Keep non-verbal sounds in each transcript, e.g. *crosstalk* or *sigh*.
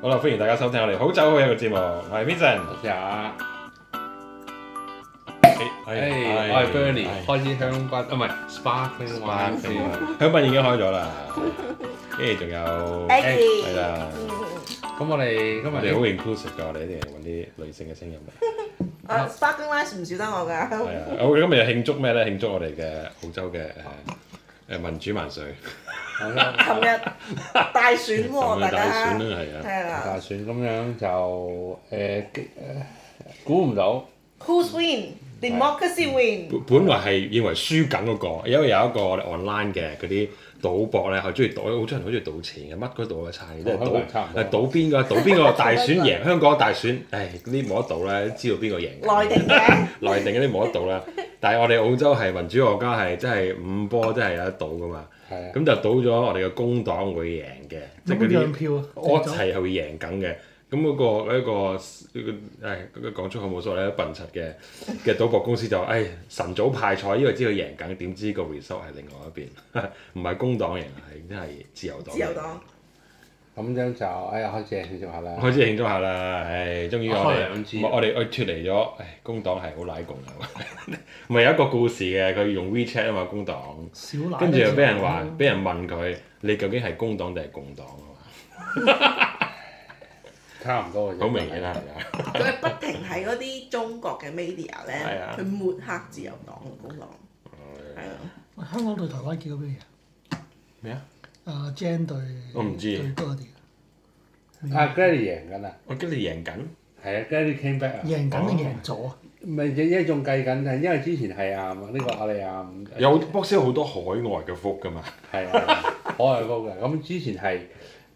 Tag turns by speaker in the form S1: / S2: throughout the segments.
S1: 好啦，歡迎大家收聽我哋好酒好友嘅節目，我係 Vincent，
S2: 我試下，
S1: 誒
S2: 誒，
S1: 係
S2: 我係 ờ, Bernie，
S1: 係
S2: 開支香檳，啊唔係 sparkling wine 先，
S1: 香檳已經開咗啦，跟住仲有
S3: Aggie
S1: 係啦，
S2: 咁我哋今
S1: 我哋好
S2: 日
S1: inclusive 㗎，我哋一定要揾啲女性嘅聲音
S2: *laughs*
S1: 嘅。
S3: 啊，Sparkling Lights 唔少得我
S1: 係
S3: 㗎，
S1: 啊，我哋今日又慶祝咩咧？慶祝我哋嘅澳洲嘅誒誒民主萬歲，
S2: 咁樣
S3: 琴日大
S1: *laughs*
S3: 選喎，
S1: 咁
S3: 大
S1: 嘅大選
S3: 家
S1: 啦，係啊，
S3: 係
S2: 大
S3: 啦
S2: 選咁樣就誒激誒估唔到，
S3: ，Who's win? Democracy win？
S1: 本本來係認為輸緊嗰個，因為有一個我哋 online 嘅嗰啲賭博咧，係中意賭，好多人好中意賭錢嘅，乜嗰度嘅晒，即係
S2: 香港人哦差唔多
S1: 賭誒賭邊
S2: *laughs*
S1: 個賭邊個大選贏，香港大選，唉嗰啲冇得賭啦，知道邊個贏。
S3: 內地嘅，
S1: 內定嗰啲冇得到啦。但係我哋澳洲係民主國家，係真係五波真係有得到噶嘛。
S2: 係啊，
S1: 咁就賭咗我哋嘅工黨會贏嘅，即係嗰啲
S4: 票啊
S1: 我一齊係會贏緊嘅。咁嗰、個嗰、個誒嗰個講出好冇所謂啦，笨柒嘅嘅賭博公司就誒、唉晨早派彩，因為知道贏緊，點知個 result 係另外一邊， *laughs* 唔係工黨贏，係真係 *laughs* 自由黨。
S3: 自由黨。
S2: 咁樣就哎呀開始慶祝下啦，
S1: 開始慶祝下啦！唉，終於我
S2: 開兩
S1: 哋
S2: 支
S1: 唔係我哋我脱離咗，唉，工黨係好奶共嘅， *laughs* 唔係有一個故事嘅，佢用 WeChat 啊嘛，工黨，
S4: 小奶
S1: 跟住又俾人話，俾人問佢你究竟係工黨定係共黨啊嘛，
S2: 差唔多嘅啫，
S1: 好明顯啦，係啊，
S3: 佢係不停喺嗰啲中國嘅 media
S1: 係啊
S3: 咧，佢抹黑自由黨同工黨，係啊，
S4: 喂香港對台灣叫做咩
S1: 咩啊？
S4: 嘢？啊 Jan 對
S1: 我唔知
S4: 對多啲，
S2: 啊 À, Gary 贏緊啦，
S1: 我跟你贏緊，
S2: 係啊 Gary came back 啊，
S4: 贏緊定贏咗啊？
S2: 唔係一一仲計緊啊，因為之前係啊呢個我哋啊。
S1: 有 box 好多海外嘅福㗎嘛，*laughs*
S2: 係啊，可愛煲嘅。咁之前係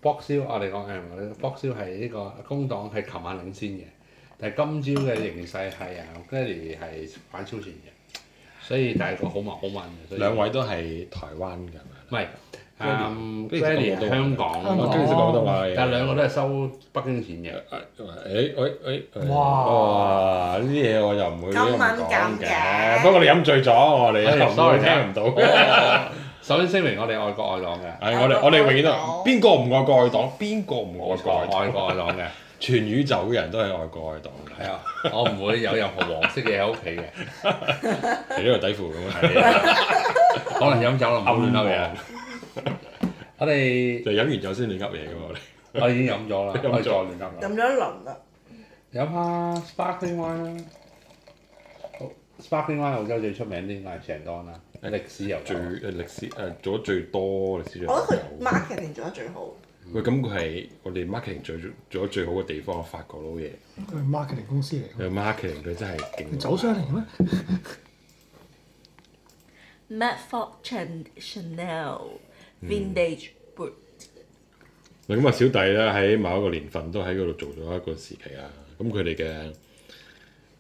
S2: 博燒，我哋講誒，我哋博燒係呢個工黨係琴晚領先嘅，但係今朝嘅形勢係啊 g a r y 係反超前嘅，所以但係個好慢好慢嘅。所以
S1: 兩位都係台灣㗎嘛，
S2: 唔係誒 g
S1: Gary-
S2: a r y
S1: Gary-
S2: 香
S1: 我
S4: 香港
S2: 港，
S1: 跟住講到話，
S2: 但係兩個都係收北京錢嘅。
S1: 誒誒誒誒！
S4: 哇
S1: 哇！呢啲嘢我又唔會
S3: 咁敏感
S1: 咁講
S3: 嘅
S1: 不過你飲醉咗，我哋又唔會
S2: sorry
S1: 哎聽唔 *laughs* 到。
S2: 首先聲明，我哋愛國愛黨嘅，
S1: 係哎我哋我哋永遠都邊個唔愛國愛黨，邊個唔愛
S2: 愛國
S1: 國愛黨，
S2: 愛國愛
S1: *laughs*
S2: 黨嘅，
S1: 全宇宙嘅人都係愛國愛黨
S2: 係啊，我唔會有任何黃色嘢喺屋企
S1: *laughs*
S2: 嘅，
S1: 嘅，你呢條底褲咁樣，
S2: 係啊，可能飲酒啦，唔好亂
S1: 暗
S2: 嬲嘢。我哋
S1: 就飲完酒先亂噏嘢嘅喎。
S2: 我已經飲
S1: *laughs*
S2: 咗啦，
S1: 咗
S2: 我再亂
S1: 啊
S2: 噏啦。
S3: 飲咗一輪啦，
S2: 飲下 sparkling wine 啦，好 sparkling wine 澳洲最出名啲嗌 s h a n d o n 啦，歷史悠久
S1: 最。誒歷史誒做得最多歷史最
S3: 我覺得佢
S1: 有
S3: marketing 做得最好，
S1: 喂，咁佢係我哋 marketing 做做得最好嘅地方，法國佬嘢。
S4: 佢係 marketing 公司嚟㗎，
S1: 佢 marketing 佢真係
S4: 佢
S1: 勁。
S4: 酒商嚟嘅咩？
S3: Matt Ford Chanel
S1: 嗯
S3: Vintage Boot。
S1: 嗱咁啊，小弟咧喺某一個年份都喺嗰度做咗一個時期啦。咁佢哋嘅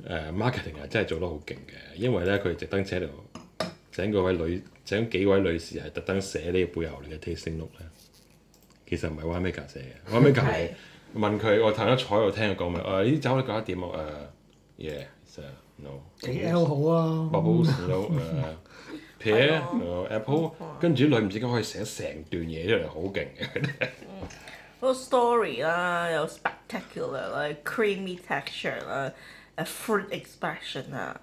S1: 誒 marketing 啊係真係做得好勁嘅，因為咧佢特登請度請嗰位女請幾位女士係特登寫呢個背後嚟嘅 tasting note 咧，其實唔係 winemaker 寫嘅 winemaker 係 *laughs* 問佢我頭一坐喺度聽佢講咪誒呢啲酒你覺得點啊誒 yeah it's a no
S4: 幾 L ờ, 好啊？
S1: bubbles no 誒 pear
S3: 嗯係
S1: no apple，跟住女唔知點解可以寫成段嘢出嚟，好勁嘅。 *laughs*
S3: 嗰個 story 啦，有 spectacular 啦，creamy texture 啦，誒 fruit expression 啊，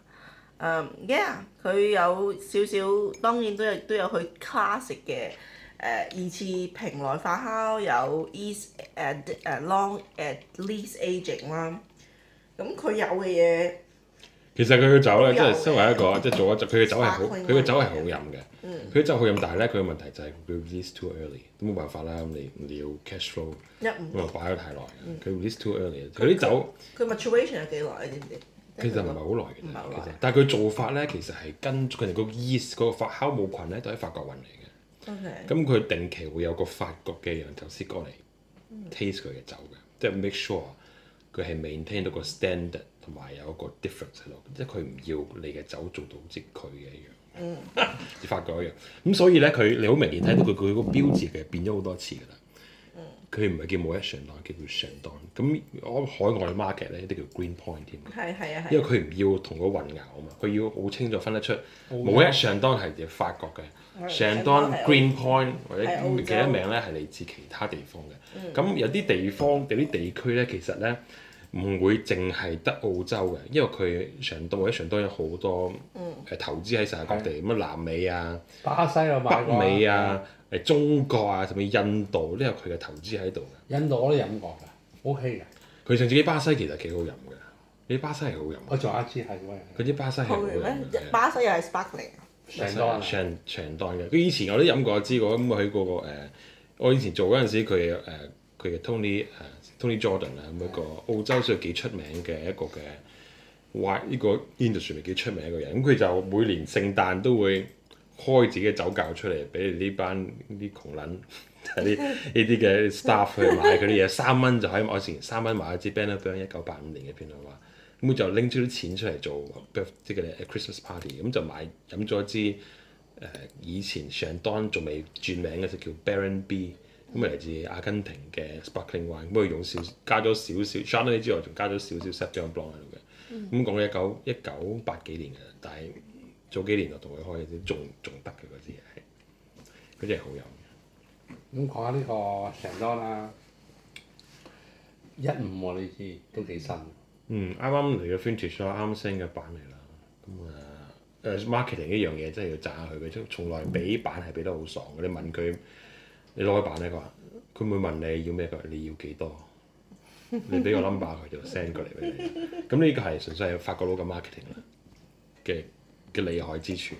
S3: 嗯，yeah，佢有少少，當然都有都有佢 classic 嘅誒、呃二次瓶內發酵，有 east 誒誒 long at least aging 啦，咁佢有嘅嘢
S1: 其實佢嘅酒咧，即
S3: 都有
S1: 係
S3: 嘅
S1: 身為一
S3: *laughs*
S1: 個即係做咗酒，佢嘅酒係好，
S3: Sparkling 嗯
S1: 佢嘅酒係好飲嘅。佢嘅酒好飲，但係咧佢嘅問題就係佢 release too early，都冇辦法啦。咁你你要 cash flow，
S3: 一唔
S1: 咁啊擺咗太耐，
S3: 嗯
S1: 佢 release too early。佢啲酒
S3: 佢 maturation 有幾耐，你知唔知？
S1: 其實唔係好耐嘅
S3: 嗯唔係好
S1: 啫，
S3: 耐
S1: 其實，但係佢做法咧其實係跟佢哋個 yeast 嗰個發酵母菌咧都喺法國運嚟
S3: OK，
S1: 嘅。咁佢定期會有個法國嘅洋酒師過嚟 taste 佢嘅酒嘅，即係 make sure 佢係 maintain 到個 standard 同埋有一個 difference 喺度，即係佢唔要你嘅酒做到好似佢嘅一樣。法國一樣。咁所以咧，佢你好明顯睇到佢佢個標誌嘅變咗好多次㗎啦。佢唔係叫 Moet Chandon，叫 Chandon。咁我海外 market 咧，一啲叫 Green Point 添。
S3: 係係啊
S1: 因
S3: 係
S1: 為佢唔要同佢混淆啊嘛，佢要好清楚分得出。
S2: 洲
S1: 冇一 Shandon 係法國嘅
S3: 係
S1: ，Shandon
S3: Shandon 係
S1: Green Point 或者
S3: 係澳洲嗯
S1: 其他名咧係嚟自其他地方嘅。咁有啲地方有啲地區咧，其實咧唔會淨係得澳洲嘅，因為佢 Shandon 或者 Shandon 有好多
S3: 嗯
S1: 誒投資喺世界各地，咁啊南美啊、
S2: 巴西我買
S1: 北
S2: 過，
S1: 美，啊、誒中國啊，甚至印度都有佢嘅投資喺度嘅。
S2: 印度我都飲過㗎，OK 㗎。
S1: 佢上次啲巴西其實幾好飲嘅，啲巴西係好飲
S2: 我
S1: 嘅，
S2: 仲有一支係喂，
S1: 佢啲巴西係好
S3: 好
S1: 飲
S3: 嘅
S1: 嘅
S3: 咩？。巴西又係 sparkling，
S2: 成多啊，
S1: 長長檔嘅。佢以前我都飲過，知過咁佢嗰個、呃、我以前做嗰陣時，佢誒佢嘅 Tony 誒、呃 Tony Jordan 啊，咁一個澳洲所以幾出名嘅一個嘅 wine 呢個 industry 幾出名嘅人。咁佢就每年聖誕都會開自己嘅酒窖出嚟，俾你呢班呢啲窮撚。 *laughs* 呢呢啲嘅 staff 去買佢啲嘢，三蚊就可以買。我以前三蚊買一支 b a n n e r b u r n 一九八五年嘅片嚟話，咁佢就拎出啲錢出嚟做 birth 即係 Christmas party，咁就買飲咗支誒以前上當仲未轉名嘅就叫 Baron B，咁啊嚟自阿根廷嘅 Sparkling Wine，咁佢用少加咗少少 c h a r d o n n a y 之外，仲加咗少少 s e p t i o n Blanc 喺度嘅。咁講一九一九八幾年嘅，啊但係早幾年就同佢開嘅啫，仲仲得嘅嗰支嘢係，嗰支係好飲嘅。
S2: 咁講下呢個成多啦，一五喎呢支都幾新。
S1: 嗯，啱啱嚟嘅 Vintage 啦，啱升嘅版嚟啦。咁啊誒 marketing 呢樣嘢真係要讚下佢嘅，從從來俾版係俾得好爽嘅。你問佢你攞版咧，佢話佢唔會問你要咩，佢話你要幾多，你俾個 number 佢就 send 過嚟俾你。咁呢個係純粹係法國佬嘅 marketing 啦嘅嘅厲害之處，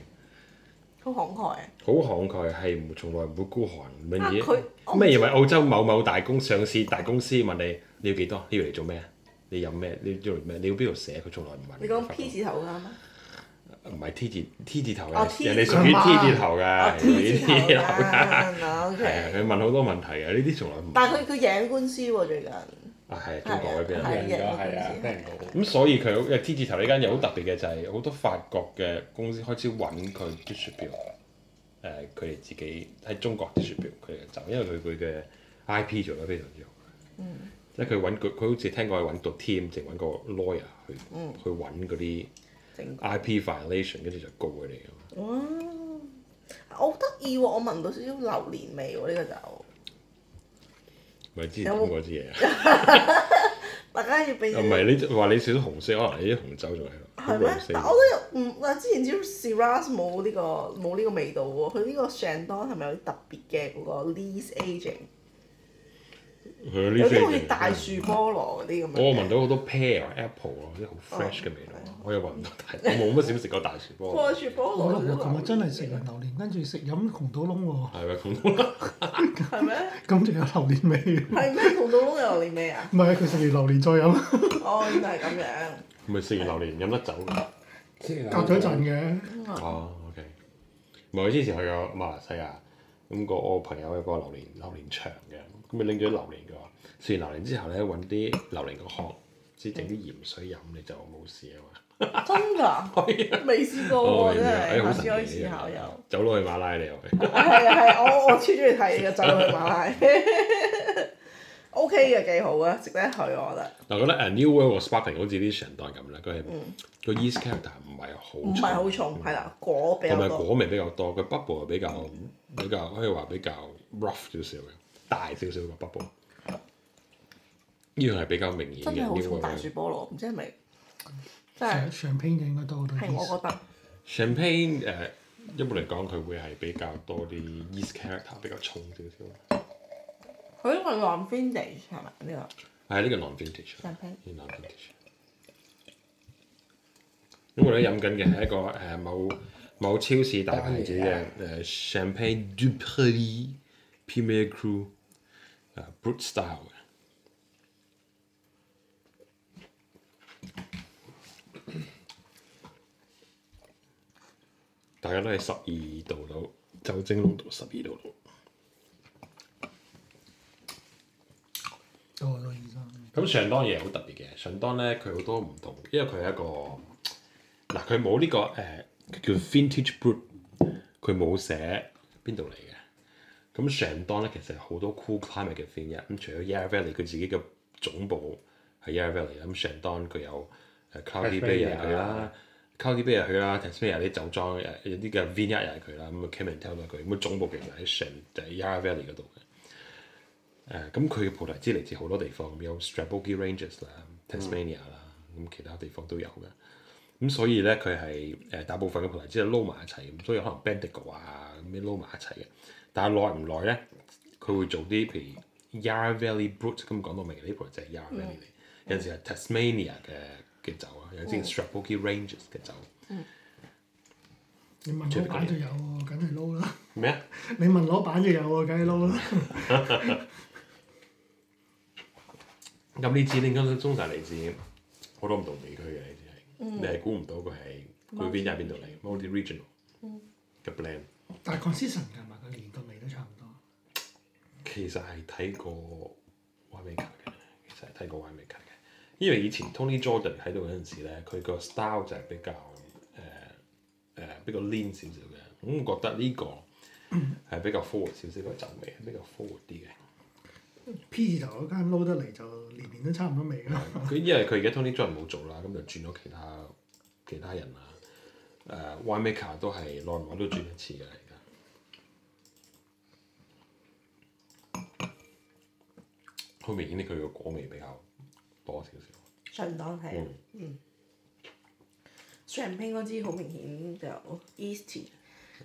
S3: 好慷慨啊！
S1: 好慷慨係唔從來唔會孤寒。乜
S3: 啊
S1: 嘢
S3: 佢我唔
S1: 咩？以為澳洲某某大公上市大公司問你你要幾多？你要嚟做咩？你飲咩？你要做咩？你要邊度寫？佢從來唔問。
S3: 你講 P 字頭啊㗎嘛？
S1: 唔係 T 字 T 字頭
S3: 哦
S1: 嘅，
S3: ，T
S1: 人哋屬於 T 字頭
S3: 哦
S1: 㗎，
S3: ，T 字頭
S1: 係啊
S3: 啦，OK。
S1: 佢問好多問題嘅，呢啲從來唔
S3: 但係佢佢贏官司喎最近，
S1: 啊係中國嗰邊啊
S3: 係
S2: 贏咗
S3: 啊
S2: 係啊，俾人
S1: 咁所以佢因為 T 字頭呢間嘢好特別嘅就係好多法國嘅公司開始揾佢 distribute 誒佢哋自己喺中國 distribute 佢哋嘅酒，因為佢佢嘅 IP 做得非常之好。
S3: 嗯
S1: 即係佢揾佢，佢好似聽過係揾個 team，淨揾個 lawyer 去、
S3: 嗯
S1: 去揾嗰啲
S3: 正
S1: IP violation，跟住就告佢哋㗎嘛。
S3: 哇！我好得意喎，我聞到少少榴蓮味喎呢個酒，
S1: 咪之前
S3: 有冇
S1: 講嗰支嘢啊。
S3: 大家要俾
S1: 唔係你話你少咗紅色，可能你啲紅酒仲係啊
S3: 係
S1: 好
S3: 咩
S1: 濃？色。
S3: 但我都有唔嗱，之前知 Shiraz 冇呢個冇呢個味道喎，佢呢個 Chandon 係咪有啲特別嘅嗰個 lease aging？
S1: 佢呢
S3: 有
S1: 啲
S3: 啲好似大樹菠蘿嗰啲咁樣。
S1: 我聞到好多 pear、apple 啊咯，啲好
S3: 哦
S1: fresh 嘅味道。啊我又聞唔到大，我冇乜少食過大樹
S3: *laughs*
S1: 菠
S3: 菠
S1: 蘿。
S3: 樹菠蘿。
S4: 我老婆琴日真係食完榴蓮，跟住食飲窮到窿喎，
S1: 係咪咁多啦？
S3: 係咩？
S4: 咁就有榴蓮味。
S3: 係咩？同到窿有榴蓮味啊？
S4: 唔係，佢食完榴蓮再飲，
S3: 哦，原來係咁樣。
S1: 咪食完榴蓮飲得酒
S3: *laughs*
S1: 㗎。
S2: 講。
S4: 隔咗一陣嘅。
S1: 哦，OK。唔係
S3: 哦
S1: 我之前去過馬來西亞，咁個我朋友有個榴蓮榴蓮場嘅，咁佢拎咗啲榴蓮嘅話，食完榴蓮之後咧揾啲榴蓮個殼，先整啲鹽水飲，你就冇事啊嘛。
S3: 真
S1: *laughs* 啊
S3: 㗎？未試過喎，哦真
S1: 哎
S3: 係，
S1: 好神
S3: 下次
S1: 奇
S3: 可以試
S1: 嘅
S3: 下又。
S1: 走佬去馬拉你又係。
S3: 係啊係，我我超中意睇嘅走去馬拉。O *laughs* K 嘅幾好啊，值得一去我覺得。
S1: 嗱，我覺得誒 New World 個 sparkling 好似啲神代咁啦，佢係個 yeast character 唔
S3: 嗯唔
S1: 係
S3: 係
S1: 好
S3: 好
S1: 重，
S3: 重，係啦，果比
S1: 同
S3: 較
S1: 埋
S3: 多。
S1: 果味比較多，佢 bubble 係比較比較可以話比較 rough 少少嘅，大少少個 bubble。呢樣係比較明顯
S3: 真
S1: 嘅
S3: 係好
S1: New
S3: 重大
S1: World
S3: 樹。菠蘿，唔知係咪？真係
S4: 上上篇應該多好多
S3: 係我
S4: yeast
S3: 覺得
S1: Champagne 誒、一般嚟講佢會係比較多啲 yeast character 比較重少少。
S3: 佢因為話 vintage 係咪呢
S1: 係呢個 non vintage。
S3: 個 champagne？
S1: 呢個 non vintage。咁我哋飲緊嘅係一個誒、某某超市大牌子嘅誒 Champagne du Prix Premier Cru 誒 Brut Style 嘅。大家都係十二度到，酒精濃度十二度到。
S4: 多好多 yeast 啊
S1: 咁上當嘢好特別嘅，上當咧佢好多唔同，因為佢係一個嗱佢冇呢呃個誒、叫 vintage brut，佢冇寫邊度嚟嘅，咁 s h a n d o n 咧其實有好多 cool climate 嘅 vine 咁除咗 Yarra Valley 佢自己嘅總部係 Yarra Valley 啦咁 s h a n d o n 佢有誒 Cloudy Bay 又係
S2: Tasmania
S1: 佢啦，Cloudy Bay 又係佢啦，Tasmania 啲酒莊誒有啲嘅 vine 又係佢啦，咁啊 Cameron Tell 都係佢，咁啊總部其實喺 s h a n 就係 Yarra Valley 嗰度嘅。誒咁佢嘅葡提枝嚟自好多地方，咁有 Strabogi Ranges 啦、Tasmania 啦，咁其他地方都有嘅。咁所以咧，佢係誒大部分嘅葡提枝係撈埋一齊，咁所以可能 Bendigo 啊咁樣撈埋一齊嘅。但係耐唔耐咧，佢會做啲譬如 Yarra Valley Brut，咁講到明呢葡就係 Yarra Valley 嚟。有陣時係 Tasmania 嘅嘅酒啊，有啲 Strabogi Ranges 嘅酒。
S4: 你問攞板就有喎，梗係撈啦。
S1: 咩啊？
S4: 你問攞板就有喎，梗係撈啦。
S1: 咁呢支應該都通常嚟自好多唔同地區嘅呢支係，你係估唔到佢係佢邊入邊度嚟，multi regional 嘅 blend。
S4: 但係 consistent 㗎嘛，佢連個味都差唔多。
S1: 其實係睇過 winemaker 嘅，其實係睇過 winemaker 嘅，因為以前 Tony Jordan 喺度嗰陣時咧，佢個 style 就係比較誒誒、呃比較 lean 少少嘅，咁我覺得呢個係比較 forward 少少嘅酒味，比較 forward 啲嘅。
S4: P 字頭嗰間撈得嚟就年年都差唔多味啦。
S1: 佢因為佢而家 Tony Jordan 冇做啦，咁就轉咗其他其他人啦。誒、winemaker 都係耐唔耐都轉一次嘅而家。好明顯咧，佢個果味比較多少少。
S5: 上當係啊，嗯。Champagne 嗰支好明顯就 East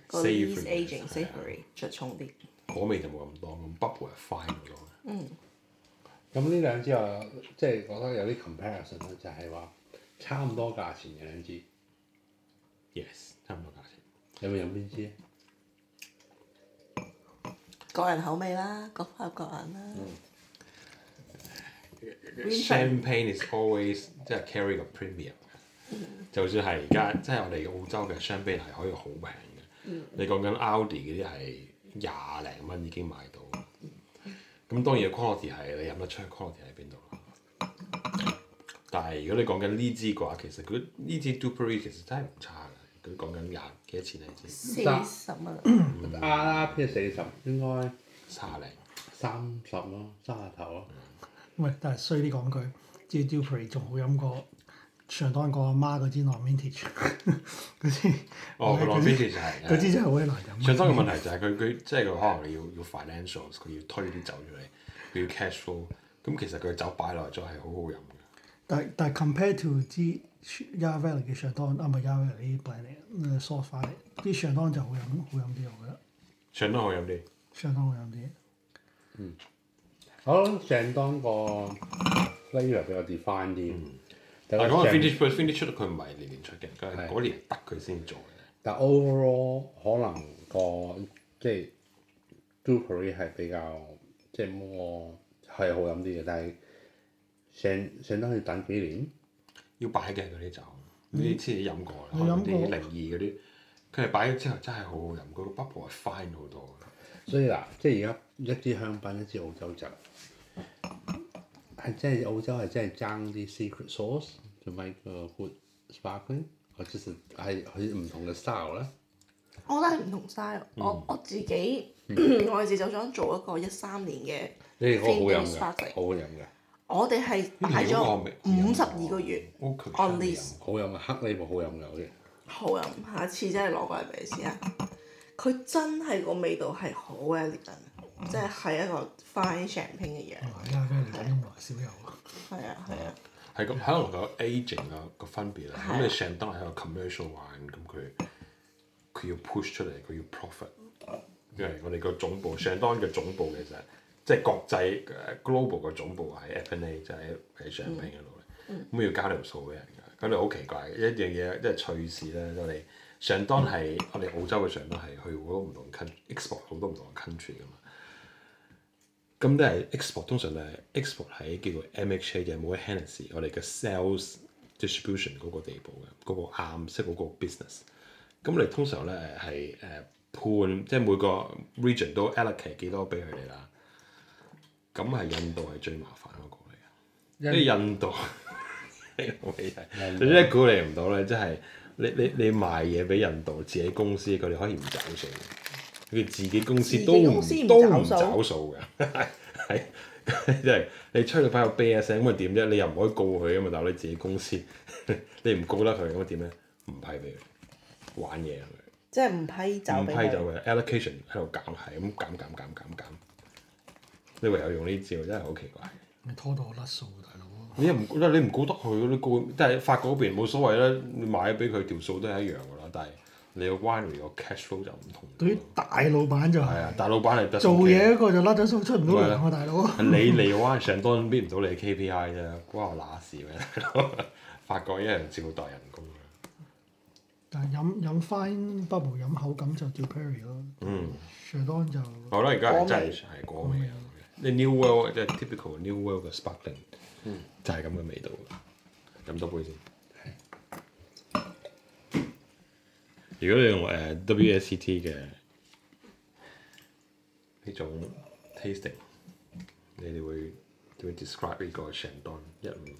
S5: 個
S1: Savory
S5: East Aging
S1: 係啊
S5: Savory 着重啲，
S1: 果味就冇咁多，咁 bubble 係 fine 好多嘅。
S2: 咁呢兩支我即係覺得有啲 comparison 啦，就係話差唔多價錢嘅兩支，
S1: Yes，差唔多價錢。
S2: 你會飲邊支？啊
S5: 個人口味啦，各花入各眼啦。Green
S1: Champagne is always 即係 carry 個 premium 嘅就算係而家即係我哋澳洲嘅 champagne 係可以好平嘅，你講緊 Audi 嗰啲係廿零蚊已經買到，咁當然個 quality 係你飲得出 quality 喺邊度啦。但係如果你講緊呢支嘅話，其實佢呢支 Dupery 其實真係唔差嘅，佢講緊廿幾多錢呢支？
S5: 四
S2: 但
S5: 十蚊啊，
S1: 嗯
S2: R P 四十應該
S1: 卅零。
S2: 三十咯，三十頭咯。
S4: 喂，但係衰啲講句，支 Dupre 仲好飲過上當個阿媽嗰支 Non Vintage 嗰支。
S1: 哦，佢攞
S4: 嗰
S1: v i
S4: 支
S1: 就係嗯
S4: 嗰支真係好鬼難飲。啊
S1: 上身嘅問題就係佢佢即係佢可能你要要 financials，佢要推啲酒出嚟，佢要 cash flow。咁其實佢酒擺耐咗係好好飲嘅。
S4: 但但 compare to 支 Yarra Valley 嘅 Chandon 啊，唔係 Yarra Valley 啲 blend 嚟嘅誒 soft 翻嚟，啲 Chandon 就好飲，好飲啲我覺得。
S1: 上得好飲啲，
S4: Chandon 好飲啲，
S2: 我諗上當個 layer 比較 define 啲。
S1: 嗯但
S2: 但
S1: 係講
S2: 個
S1: 個
S2: Sam-
S1: finish finish 出佢唔係年年出嘅，佢係
S2: 係
S1: 嗰年得佢先做嘅。
S2: 但 overall 可能個即係 Dupery 係比較即係 more 係好飲啲嘅，但係上上當要等幾年。
S1: 要擺嘅嗰啲酒，呢啲先飲過啦，可
S4: 你飲
S1: 能
S4: 過
S1: 啲零二嗰啲，佢係擺咗之後真係好好飲，佢個 bubble 係 fine 好多嘅。
S2: 所以嗱，即係而家一支香檳，一支澳洲酒，係真係澳洲係真係爭啲 secret sauce to make a good sparkling，或者是係佢唔同嘅 style 啦。
S5: 我覺得係唔同 style。我
S1: 嗯
S5: 我自己 *clears throat* 我自己就想做一個一三年
S2: 你哋嗰個好飲
S5: Fingers
S2: 嘅，
S5: sparkling
S2: 好飲嘅，
S5: 嘅，我哋係啊擺咗五十二個月
S1: ，on
S5: on list。
S2: 好飲嘅黑呢部好飲嘅，好似
S5: 好飲，下次真係攞過嚟俾你試下。佢真係個味道係好
S1: 嗯
S5: elegant，即係係一個 fine champagne 嘅嘢。
S4: 哇 Yarra Valley 真係飲落少有。
S5: 係啊係
S1: 嗯
S5: 啊，
S1: 係咁，可能個 aging 啊個分別啦。
S5: 係啊
S1: 咁你 s h a n d o n 係一個 commercial wine，咁佢佢要 push 出嚟，佢要 profit。因為我哋個總部 s h a n d o n 嘅總部其實即係國際誒 global 嘅總部喺 F&A，就喺喺 Champagne 嗰度咧。咁要交條數俾人㗎。咁你好奇怪，一樣嘢即係趣事咧，我哋 s h a n d o n 係我哋澳洲嘅 s h a n d o n 係去好多唔同 country，export 好多唔同嘅 country 㗎嘛。咁都係 export，通常都係 export 喺叫做 MHA 嘅 m o r h e n n e s y 我哋嘅 sales distribution 嗰個地步嘅，嗰、個啱即係嗰個 business。咁我哋通常咧係誒判，即係每個 region 都 allocate 幾多俾佢哋啦。咁係印度係最麻煩嗰個嚟嘅。因為印度呢個問題 *laughs* 你真係估你唔到咧，真係你你你賣嘢俾印度自己公司，佢哋可以唔走數。佢哋自己公司
S5: 自己
S1: 都唔
S5: 公司唔
S1: 都
S5: 找
S1: 唔
S5: 數
S1: 找數嘅， *laughs* 係係真係你吹到快有啤一聲咁啊點啫？你又唔可以告佢啊嘛，但係你自己公司 *laughs* 你唔告得佢咁啊點咧？唔批俾佢玩嘢啊
S5: 即係唔批
S1: 佢，
S5: 走
S1: 唔
S5: 俾
S1: 批
S5: 佢。
S1: 就嘅 allocation 喺度減係咁減減減減減，你唯有用呢招真係好奇怪。
S4: 咪拖到我甩數，大佬。
S1: 你又唔覺得你唔告得佢，你告即係法國嗰邊冇所謂啦，你買俾佢條數都係一樣㗎啦。但係你個 winery 個 cash flow 就唔同。
S4: 對於大老闆就
S1: 係
S4: 係
S1: 啊，大老闆係得
S4: 做嘢嗰個就甩咗數，出唔到糧
S1: 係啊
S4: 啊，大佬。
S1: 你嚟灣上當然 meet 唔到你嘅 KPI 啫，關我乸事咩？ *laughs* 法國一樣照代人工嘅。
S4: 但係飲飲 fine bubble 飲口感就叫 Perry 咯。
S1: 嗯，哦
S4: Chardon 就
S1: 好啦，而家係真係係果味啊！你 New World 即係 typical New World 嘅 sparkling，就係咁嘅味道。飲多杯先。如果你用誒、呃 WSET 嘅呢種 tasting，你哋會點樣 describe 呢個 Chandon 一五？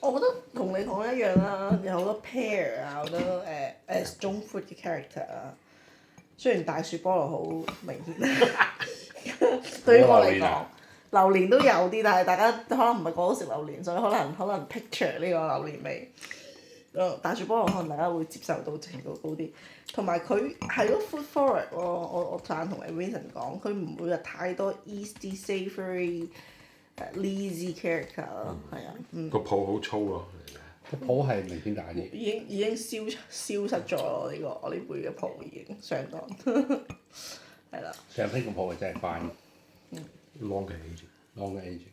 S5: 我覺得同你講一樣啦，有好多 pair 啊，好多誒誒中 fruit 嘅 character 啊。雖然大樹菠蘿好明顯，對於我嚟講，榴蓮都有啲，但係大家可能唔係個個都食榴蓮，所以可能可能 picture 呢個榴蓮味。誒大樹菠蘿可能大家會接受到程度高啲，同埋佢係咯 food forward 喎，我我贊同 Vincent 講，佢唔會有太多 easy savoury 誒 lazy character 咯，係啊，嗯。
S1: 個泡好粗咯，
S2: 個譜係明顯大啲。
S5: 已經已經消消失咗咯，呢、個我呢杯嘅鋪已經相當 *laughs* 係啦。
S2: 上批個譜係真係 fine
S1: long 嘅 age。
S2: long age，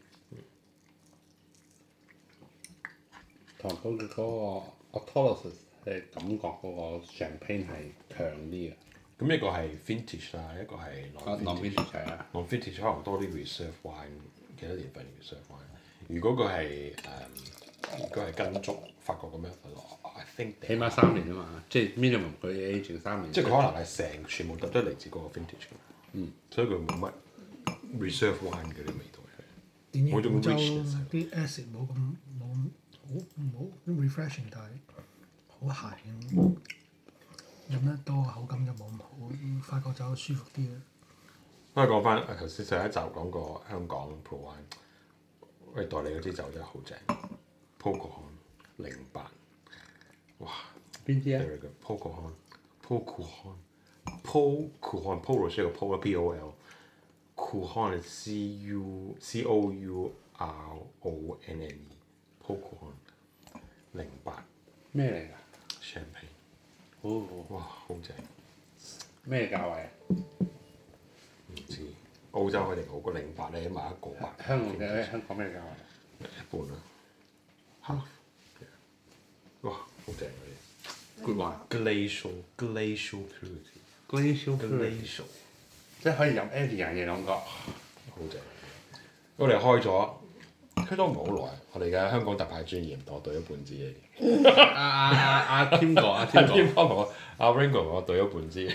S2: 同埋佢嗰個 autolysis 嘅感覺嗰個 champagne 係強啲嘅。
S1: 咁一個係 vintage 啦，一個係
S2: 啊
S1: non
S2: 浪
S1: vintage。
S2: 邊就係啊，
S1: non vintage 可能多啲 reserve wine，幾多年份 reserve wine。如果佢係誒，嗯如果係跟足法國咁樣，I think they-
S2: 起碼三年啊嘛，即係 minimum 佢 age 三年。
S1: 即係佢可能係成全部都都嚟自嗰個 vintage 嘅。嗯。所以佢冇乜 reserve wine 嗰啲味道嘅。
S4: 典型
S1: 我仲
S4: 澳洲
S1: richness 係
S4: 啲 acid 冇咁冇咁好唔好 refreshing，但係好鹹嘅。飲得多口感就冇咁好，法國酒舒服啲啦。
S1: 不過講翻啊頭先上一集講過香港 pro wine，喂代理嗰支酒真係好正 p o c o h o n 零八，哇！
S2: 邊啲啊？
S1: Very good. Pocahon. Pocahon. Pocahon. Polo 係個 Polo P O L。Cuhon 係 C U C O U R O N N E。Pocahon 零八
S2: 咩嚟㗎？
S1: champagne，
S2: 哦，
S1: 哇，好正！
S2: 咩價位啊？
S1: 唔知澳洲一定好過零八咧，起碼一個八
S2: 香港嘅香港咩價位啊？
S1: 一半啦。Half。哇，好正嗰
S2: Good one，
S1: 啲。Glacial glacial purity。
S2: glacial purity，
S1: glacial
S2: 即係可以飲 any 人嘅感覺。
S1: 好正！我哋開咗，開咗唔係好耐。我哋嘅香港特派專業我對咗半支嘢。
S2: 啊啊啊啊！添哥 *laughs* 啊，
S1: *laughs* 阿
S2: 添哥，
S1: Tim 幫我，阿 Ringo 同我對咗半支。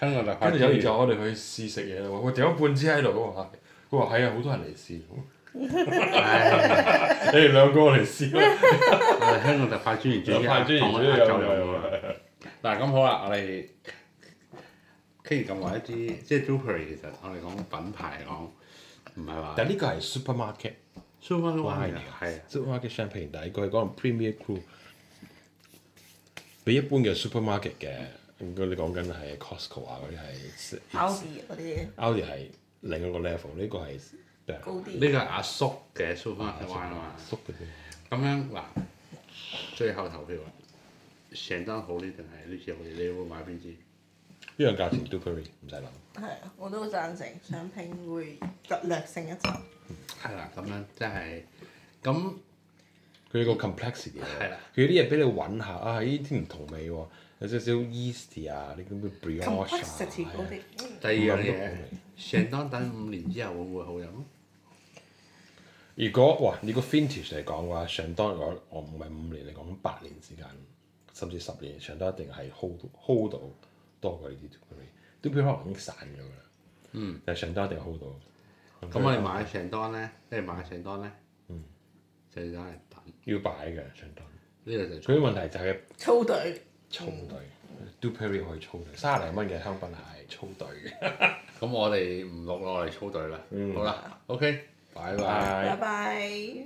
S2: 香港就
S1: 跟住有完之後，我哋去試食嘢啦。我掉咗半支喺度，我話佢話係啊，好多人嚟試。唉 *laughs* 你哋兩個嚟試啊啦。
S2: 我哋香港特派專員專一，
S1: 派專員
S2: 同
S1: 專
S2: 我
S1: 一
S2: 哋
S1: 有
S2: 合作
S1: 有有
S2: 用。嗱咁好啦，我哋傾完咁耐一啲，即係 Dupery 其實我哋講品牌講，唔係話
S1: *laughs* 但呢個係 supermarket
S2: Super Wine
S1: wine
S2: 啊
S1: 嚟
S2: 係啊
S1: 嘅，，supermarket champagne，但係佢係講 premier crew，比一般嘅 supermarket 嘅，應該你講緊係 Costco 啊嗰啲係
S5: 考試嗰啲
S1: Audi 係另一個 level，呢個係
S5: 高
S2: 呢
S5: 啲，
S2: 個係阿叔嘅 Super Wine 啊嘛。
S1: 縮嘅啫。
S2: 咁樣嗱，最後投票啦，成單好啲定係呢次好啲？你會買邊支？
S1: 一樣價錢 d u p e r y 唔使諗。
S5: 係啊，我都贊成想拼會略勝一籌。
S2: 係啦，咁樣即係咁。
S1: 佢有個 complexity 啊
S2: 係啦
S1: 佢有啲嘢俾你揾下啊，呢啲唔同味喎，有少少 yeast 啊，呢啲咁嘅 brioche 啊
S5: complexity 高啲，嗯
S2: 第二樣嘢，成單等五年之後會唔會好飲？
S1: 如果哇，你個 vintage 嚟講嘅話，上當我我唔係五年嚟講，八年之間，甚至十年，上當一定係 hold hold 到多過呢啲 d u p e r y d u p e r y 可能已經散咗㗎啦。嗯。但係上當一定 hold 到。
S2: 咁我哋買成單咧，即係買成單咧，就係等等。
S1: 要擺嘅上當。
S2: 呢個就係
S1: 佢啲問題就係
S5: 操隊嗯
S1: 操隊， d u p e r r y 可以操隊，三廿零蚊嘅香檳係操隊嘅。
S2: 咁我哋唔錄落嚟操隊啦。
S1: 嗯
S2: 好啦，OK，拜拜。
S1: 拜
S5: 拜拜。